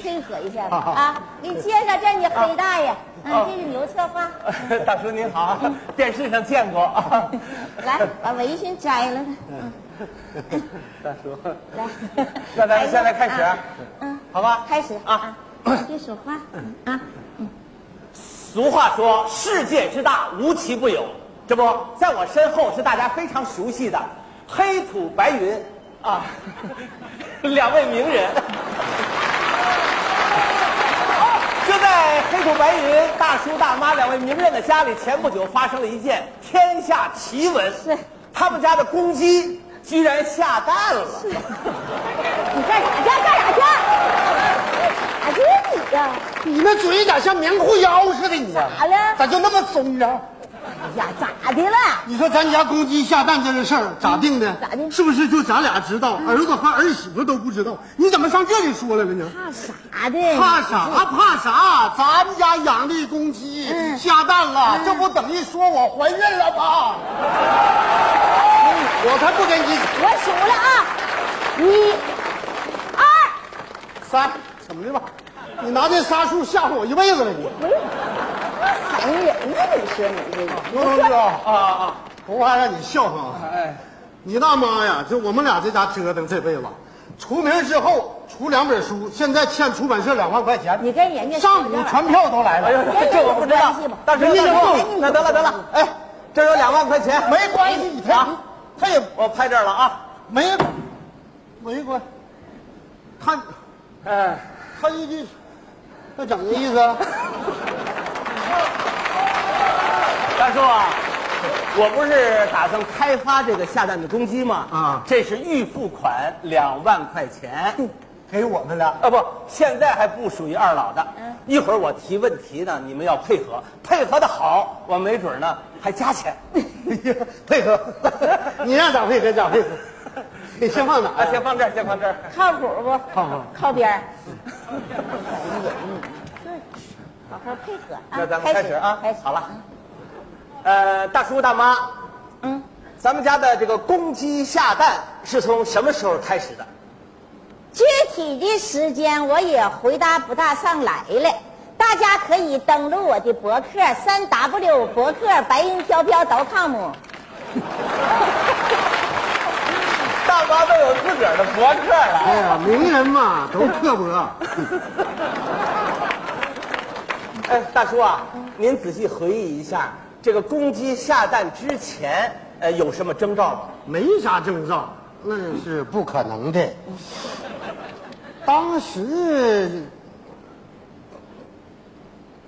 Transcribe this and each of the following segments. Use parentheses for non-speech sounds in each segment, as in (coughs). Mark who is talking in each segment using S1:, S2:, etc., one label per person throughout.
S1: 配合一下
S2: (laughs)
S1: 吧啊！给你介绍，这是你黑大
S2: 啊
S1: 爷，嗯，这是刘策划。
S2: (laughs) 大叔您好，电视上见过。啊 (laughs)
S1: 来，把围裙摘了吧。
S2: 大叔，
S1: 来，
S2: (laughs) 那咱们现在开始
S1: 啊嗯，
S2: 好吧？
S1: 开始
S2: 啊
S1: 啊！别说话啊！
S2: 俗话说，世界之大，无奇不有。这不，在我身后是大家非常熟悉的黑土白云啊， (laughs) 两位名人。就在黑土白云大叔大妈两位名人的家里，前不久发生了一件天下奇闻：
S1: 是
S2: 他们家的公鸡居然下蛋了。
S1: 你干啥去？干啥去？咋就你呀？
S3: 你那嘴咋像棉裤腰似的？你这
S1: 咋了
S3: 咋就那么松啊着？
S1: 哎呀，咋的了？
S3: 你说咱家公鸡下蛋这个事儿咋定的？
S1: 咋的
S3: 是不是就咱俩知道，儿子和儿媳妇都不知道？你怎么上这里说来了呢？
S2: 嗯
S1: 怕啊啥的？
S3: 怕啥怕啥？咱家养的公鸡
S1: 嗯
S3: 下蛋了，这不等于说我怀孕了吗？
S2: 嗯
S3: 我才不跟你
S1: 我数了啊，一、二，
S3: 三怎么的吧？你拿这仨数吓唬我一辈子了你！
S1: 残忍呐！你说你这个，
S3: 刘同志啊，
S2: 啊啊！
S3: 不怕让你笑话啊。
S2: 哎，
S3: 你大妈呀，就我们俩这家折腾这辈子，出名之后出两本书，现在欠出版社两万块钱，
S1: 你跟人家
S3: 上午传票都来
S2: 哎呦
S3: 了，，
S2: 这我不知道。大叔，大叔，那得了得了，哎，这有两万块钱，
S3: 没关系，你看
S2: 啊，他也我拍这儿了啊。
S3: 没没关，他
S2: 哎，
S3: 他一句，那怎么意思啊？
S2: 大叔啊，我不是打算开发这个下蛋的公鸡吗？
S3: 啊
S2: 这是预付款两万块钱。
S3: 给我们俩，
S2: 啊不，现在还不属于二老的。
S1: 嗯
S2: 一会儿我提问题呢，你们要配合，配合的好，我没准呢还加钱。 (laughs)
S3: 配合， (laughs) 你让咋配合咋配合，你先放哪
S2: 啊，
S3: 儿？
S2: 先放这儿，先放这儿。
S1: 靠谱不？
S3: 靠谱
S1: 靠边儿。好好配合啊！
S2: 嗯那咱们开始啊，
S1: 开始
S2: 好了。呃，大叔大妈，
S1: 嗯，
S2: 咱们家的这个公鸡下蛋是从什么时候开始的？
S1: 具体的时间我也回答不大上来了，大家可以登录我的博客三 W 博客白云飘飘 .com。
S2: 大妈都有自个儿的博客
S3: 哎
S2: 了。
S3: 呀，名人嘛都刻薄，
S2: 哎，大叔啊，您仔细回忆一下，这个公鸡下蛋之前，呃，有什么征兆吗？
S3: 没啥征兆，那是不可能的。当时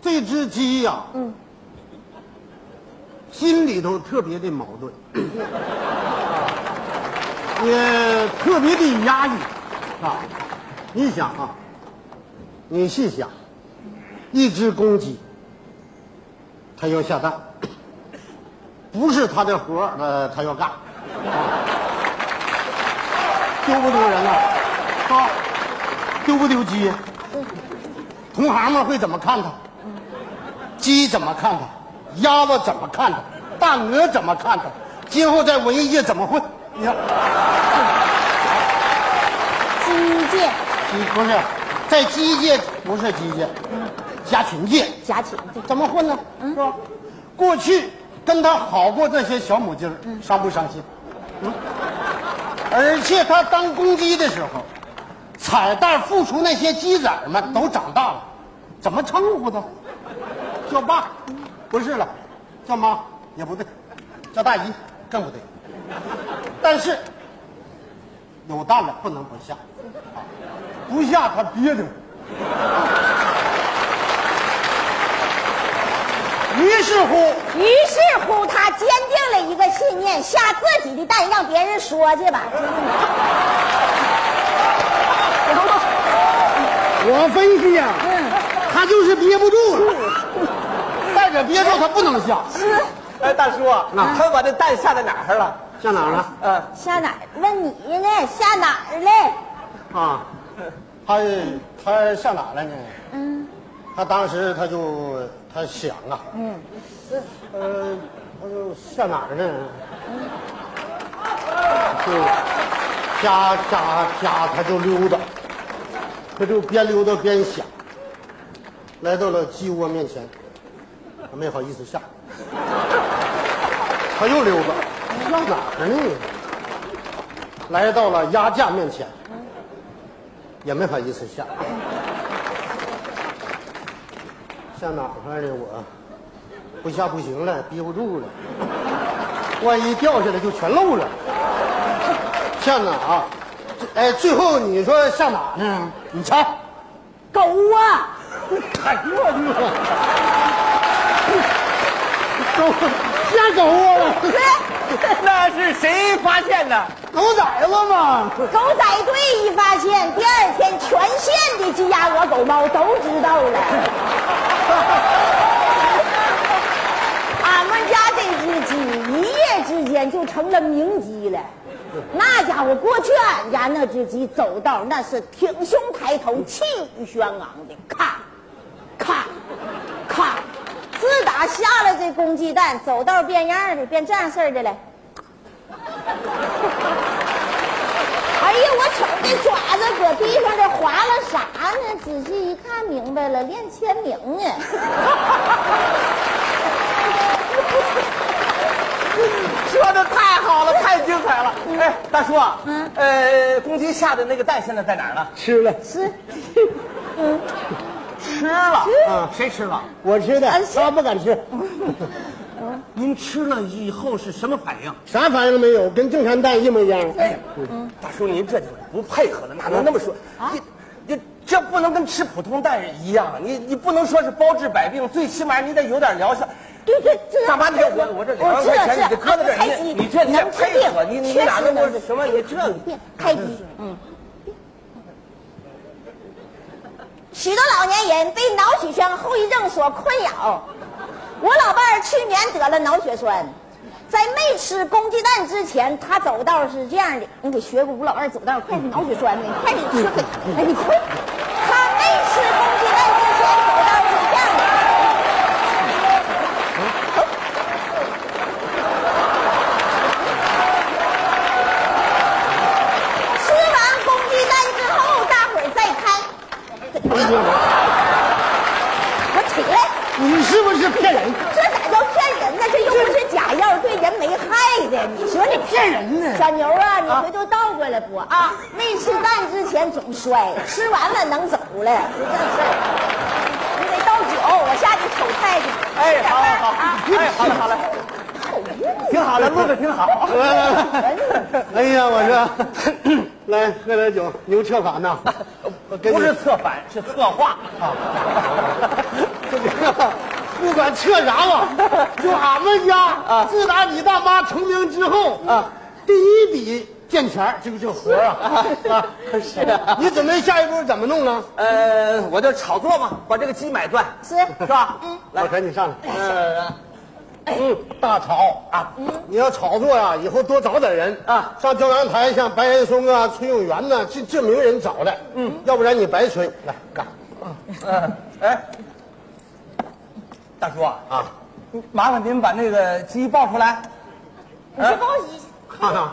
S3: 这只鸡呀、
S1: 嗯
S3: 心里头特别的矛盾， (coughs) 也特别的压抑啊。你想啊，你细想，一只公鸡，它要下蛋，不是它的活儿，呃，它要干，啊丢不丢人啊？啊，丢不丢鸡？同行们会怎么看它？鸡怎么看它？鸭子怎么看它？大鹅怎么看它？今后在文艺界怎么混？你看，
S1: 金界
S3: 鸡不是在鸡界，不是鸡界，家禽界
S1: 假请进，
S3: 怎么混呢？是吧？过去跟他好过这些小母鸡儿，伤不伤心？嗯。而且他当公鸡的时候，彩蛋孵出那些鸡仔儿们都长大了，怎么称呼他？叫爸，不是了，叫妈也不对，叫大姨更不对。但是有蛋了不能不下，啊不下他憋着。于是乎，
S1: 于是乎，他坚定了一个信念：下自己的蛋，让别人说去吧。
S3: 我分析呀、他就是憋不住了， (laughs) 再者憋住他不能下，
S2: 哎，大叔啊，
S3: 啊
S2: 他把这蛋下在哪儿了？
S3: 下哪儿了？
S2: 嗯、
S1: 下哪儿？问你呢？下哪儿嘞？
S3: 啊，他他下哪儿了呢？
S1: 嗯，
S3: 他当时他就他想啊，嗯，呃，他就下哪儿呢？就家家家他就溜达，他就边溜达边想，来到了鸡窝面前，他没好意思下，他又溜达，上哪儿呢？来到了鸭架面前，也没好意思下，上哪块呢？我不下不行了，憋不住了，万一掉下来就全漏了。上哪啊？哎，最后你说上哪呢？你猜，
S1: 狗
S2: (laughs)
S1: 啊！
S3: 哎呦我的妈！狗下狗啊窝了，
S2: (laughs) 那是谁发现的？
S3: 狗崽子嘛！
S1: 狗仔队一发现，第二天全县的鸡鸭鹅狗猫都知道了。俺们家这只鸡一夜之间就成了名鸡了。那家伙，过去俺家那只鸡走道那是挺胸抬头、气宇轩昂的，咔，咔，咔。自打下了这公鸡蛋，走道变样儿的，变这样式儿的了。哎呀，我瞅这爪子搁地上这划拉啥呢？仔细一看明白了，练签名呢。
S2: 说的太好了，太精彩了！哎，大叔啊，
S1: 嗯
S2: 呃，公鸡下的那个蛋现在在哪儿呢？
S3: 吃了，
S1: 是，
S2: 吃了，嗯，谁吃了？
S3: 我吃的，他不敢吃，
S2: 您吃了以后是什么反应？
S3: 啥反应都没有，跟正常蛋一模一样。哎
S2: 大叔，您这就不配合了，哪能那么说？
S1: 啊
S2: 你你这不能跟吃普通蛋一样，你你不能说是包治百病，最起码你得有点疗效。
S1: 对对，这
S2: 大妈，你看我我这两万块钱，你
S1: 哦这
S2: 这搁在这
S1: 开
S2: 儿，
S1: 机
S2: 你你这你也
S1: 能治
S2: 配合，你
S1: 病，
S2: 你
S1: 确
S2: 哪
S1: 实
S2: 能
S1: 能
S2: 够什么？你这
S1: 病开机，嗯。许多老年人被脑血栓后遗症所困扰。我老伴儿去年得了脑血栓，在没吃公鸡蛋之前，他走道是这样的。你得学过我老伴儿走道，快脑血栓呢，你快点去，哎，你快！他没吃公鸡蛋之前走道是这样的。吃完公鸡蛋之后，大伙儿再看。我起来，
S3: 你是不是骗人？
S1: 这咋叫骗人呢？这又不是假药，对人没害的。你说这骗人呢？小牛啊，你回头倒过来不啊？没吃蛋之前总摔，吃完了能走了，就这事儿。你得倒酒，我下去瞅太去。
S2: 哎，好好
S1: 啊
S2: 好，哎，好了好了，
S1: 好晕。
S2: 挺好的，录的挺
S1: 啊
S2: 好。
S3: 来来来，
S1: 嗯
S3: (laughs) 哎呀，我说，来喝点酒，牛撤反呐，我跟你
S2: 不是策反，是策划。
S3: 这个 (laughs) 不管撤啥吧，就俺们家啊，自打你大妈成名之后啊，第一笔见钱儿就是这个活儿 (laughs) 啊。啊，是啊，你准备下一步怎么弄呢？
S2: 呃，我就炒作嘛，把这个鸡买断，
S1: 是
S2: 是吧？
S1: 嗯
S3: 老陈，你上来。
S2: 呃，
S3: 嗯，大炒啊！你要炒作呀、以后多找点人
S2: 啊
S3: 上中央台像白岩松啊、崔永元呐、这这名人找来。嗯，要不然你白吹。来干
S2: 呃，哎，大叔啊，
S3: 啊！
S2: 麻烦您把那个鸡抱出来。
S1: 你去报喜。
S3: 看看，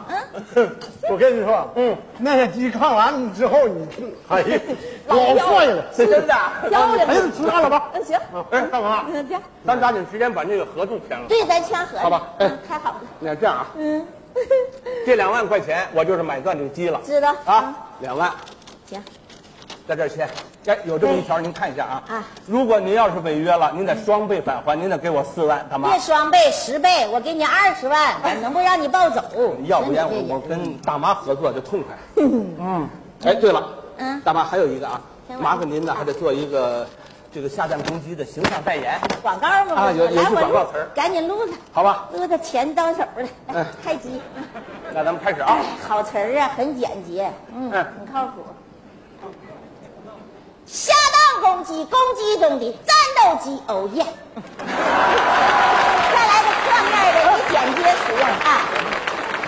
S3: (laughs) 我跟你说，嗯，
S2: (laughs)
S3: 那个鸡看完之后，你哎呀， (laughs) 老帅了，
S2: 是真 (laughs) 的
S1: 漂亮
S3: 哎呀，吃饭了吧？
S1: 嗯，行，
S3: 哎，干嘛？
S1: 嗯，行，
S2: 咱抓紧时间把这个合同签了。
S1: 对，咱签合同。
S2: 好吧哎
S1: 嗯，太好了。
S2: 那这样啊，
S1: 嗯，
S2: 这两万块钱我就是买断这个鸡了。
S1: 知道嗯
S2: 啊，两万
S1: 行。
S2: 在这儿签。哎，有这么一条，您看一下啊。
S1: 啊
S2: 如果您要是违约了，您得双倍返还，您得给我四万，大妈哎
S1: 别。双倍十倍，我给你二十万，我能不让你抱走？
S2: 要不然
S1: 真的
S2: 我我跟大妈合作就 (laughs) 痛快。嗯，哎，对了，
S1: 嗯
S2: 大妈还有一个啊
S1: 行，了
S2: 麻烦您呢还得做一个这个下蛋公鸡的形象代言，
S1: 广告吗？
S2: 啊有有
S1: 来我
S2: 句广告
S1: 录
S2: 词儿
S1: 赶紧录它，
S2: 好吧？
S1: 录它钱到手了，来
S2: 哎
S1: 开机。
S2: 那咱们开始啊
S1: 哎，，好词儿啊，很简洁，嗯，
S2: 哎
S1: 很靠谱。下蛋公鸡，公鸡中的战斗机，哦耶！再来个侧面的，你简洁实用啊。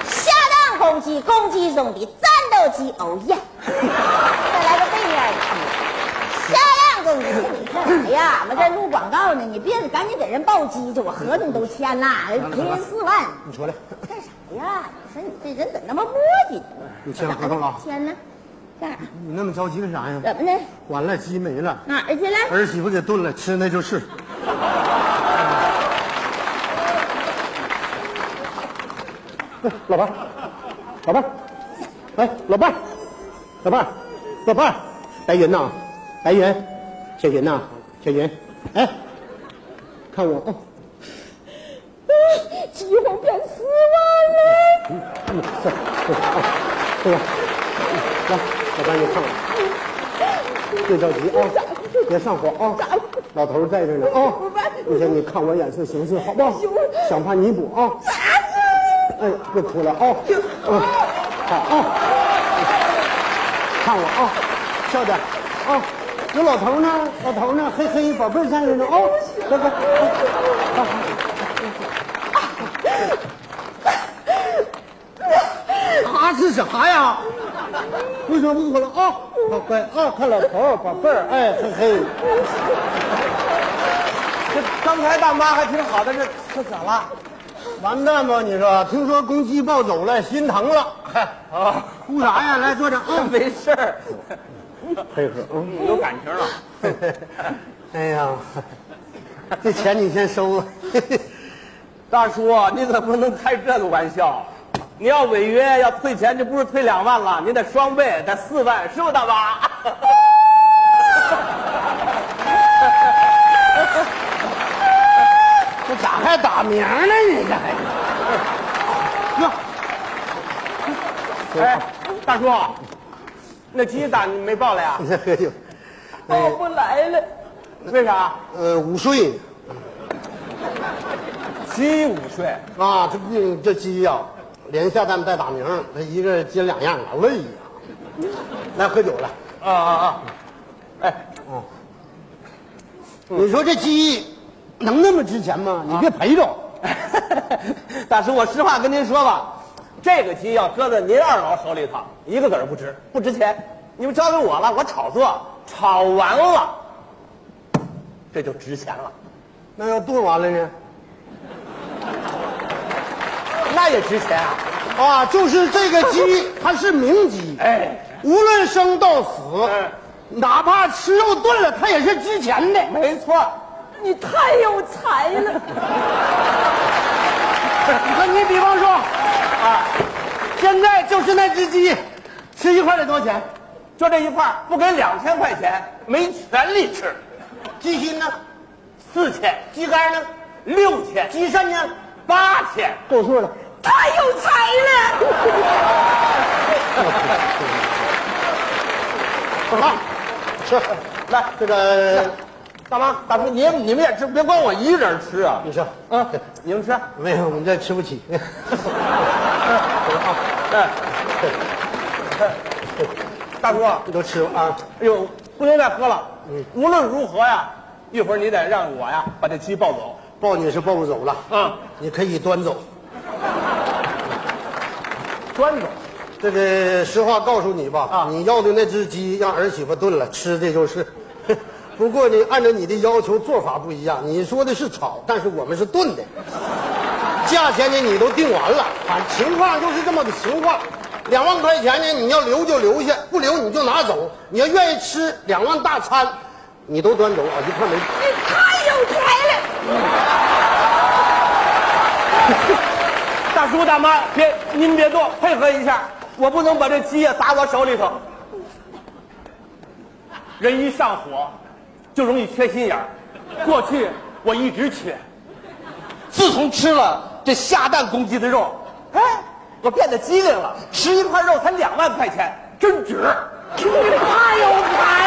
S1: 下蛋公鸡，公鸡中的战斗机，哦耶！再来个背面的。下蛋公鸡，你干啥呀？我们这录广告呢，你别赶紧给人报机去，我合同都签了，赔人四万。
S3: 你出来，
S1: 干啥呀？你说你这人怎么那么磨叽呢？
S3: 你签合同了啊
S1: 签呢？干啥？
S3: 你那么着急干啥呀？
S1: 怎么的？
S3: 完了，鸡没了，
S1: 哪儿去了？
S3: 儿媳妇给炖了，吃那就是。哎老伴儿，老伴儿，哎，老伴儿，老伴儿，老伴儿，白云呐，白云，小云呐，小云，哎，看我，哦，
S1: 饥荒变死亡了！
S3: 嗯，嗯是，是，啊，这个，来，老伴儿，你看我，别着急啊、别上火啊、老头儿在这呢啊、你先你看我眼色行事，好不好？想法弥补啊、哎，别哭了啊、嗯，好啊、看我啊、笑点啊、有老头呢，老头呢，嘿嘿，宝贝儿在这呢啊、来来，好、啊是啥呀？为什么不哭了啊？好乖啊，看老头儿，宝贝儿，哎嘿嘿。
S2: 这刚才大妈还挺好的，这这咋了？
S3: 完蛋吧你说？听说公鸡抱走了，心疼了。
S2: 啊， (laughs)
S3: 哭啥呀？来坐着啊，
S2: 没事儿，
S3: 配合啊。
S2: 有感情了。
S3: 哎呀，这钱你先收啊了。
S2: (laughs) 大叔，你可不能开这个玩笑。你要违约要退钱，这不是退两万了，你得双倍，得四万，是不是大妈？
S3: 这咋还打鸣呢？你这还？哟，
S2: 哎，大叔，那鸡打你没抱来呀
S3: 你？先喝酒。
S2: 抱不来了，为啥？
S3: 呃，午睡
S2: 鸡午睡，
S3: 啊，这病这鸡呀、连下蛋带打鸣，它一个接两样，老累呀、来喝酒来。
S2: 啊啊啊！ (laughs) 哎，
S3: 你说这鸡能那么值钱吗？你别赔着。
S2: 大叔，我实话跟您说吧，这个鸡要搁在您二老手里头，一个子儿不值，不值钱。你们交给我了，我炒作，炒完了，这就值钱了，
S3: 那要炖完了呢？
S2: 那也值钱啊！
S3: 啊，就是这个 (laughs) 鸡，它是名鸡，
S2: 哎，
S3: 无论生到死，
S2: 哎
S3: 哪怕吃肉炖了，它也是值钱的。
S2: 没错儿，
S1: 你太有才了！
S3: 你看，你比方说，啊，现在就是那只鸡，吃一块得多少钱？
S2: 就这一块儿不给两千块钱，没权利吃。
S3: 鸡心呢？
S2: 四千，鸡肝呢？六千，
S3: 鸡肾呢？
S2: 八千。
S3: 够数了。
S1: 太有才
S3: (laughs)
S1: 了！
S3: 啊，吃，来这个，
S2: 大妈，大叔，你也你们也吃，别光我一人吃啊！
S3: 你吃，
S2: 嗯，你们吃。 (laughs)
S3: 没有，我们这吃不起。 (laughs)
S2: 哎， (laughs) 大叔，哎
S3: 你都吃吧啊。
S2: 呦，不能再喝了。无论如何呀，一会儿你得让我呀把这鸡抱走。
S3: 抱你是抱不走了，
S2: 嗯，
S3: 你可以端走。
S2: 端着。
S3: 这个实话告诉你吧，
S2: 啊
S3: 你要的那只鸡让儿媳妇炖了，吃的就是。 (laughs) 不过呢，按照你的要求做法不一样，你说的是炒，但是我们是炖的。价钱呢，你都定完了，反正情况就是这么个情况。两万块钱呢，你要留就留下，不留你就拿走。你要愿意吃两万大餐，你都端走啊，一块没。
S1: 你太有才了！
S2: 大叔大妈，别您别动，配合一下，我不能把这鸡呀砸我手里头。人一上火，就容易缺心眼儿。过去我一直缺，自从吃了这下蛋公鸡的肉，哎，我变得机灵了。吃一块肉才两万块钱，真值。
S1: 太有才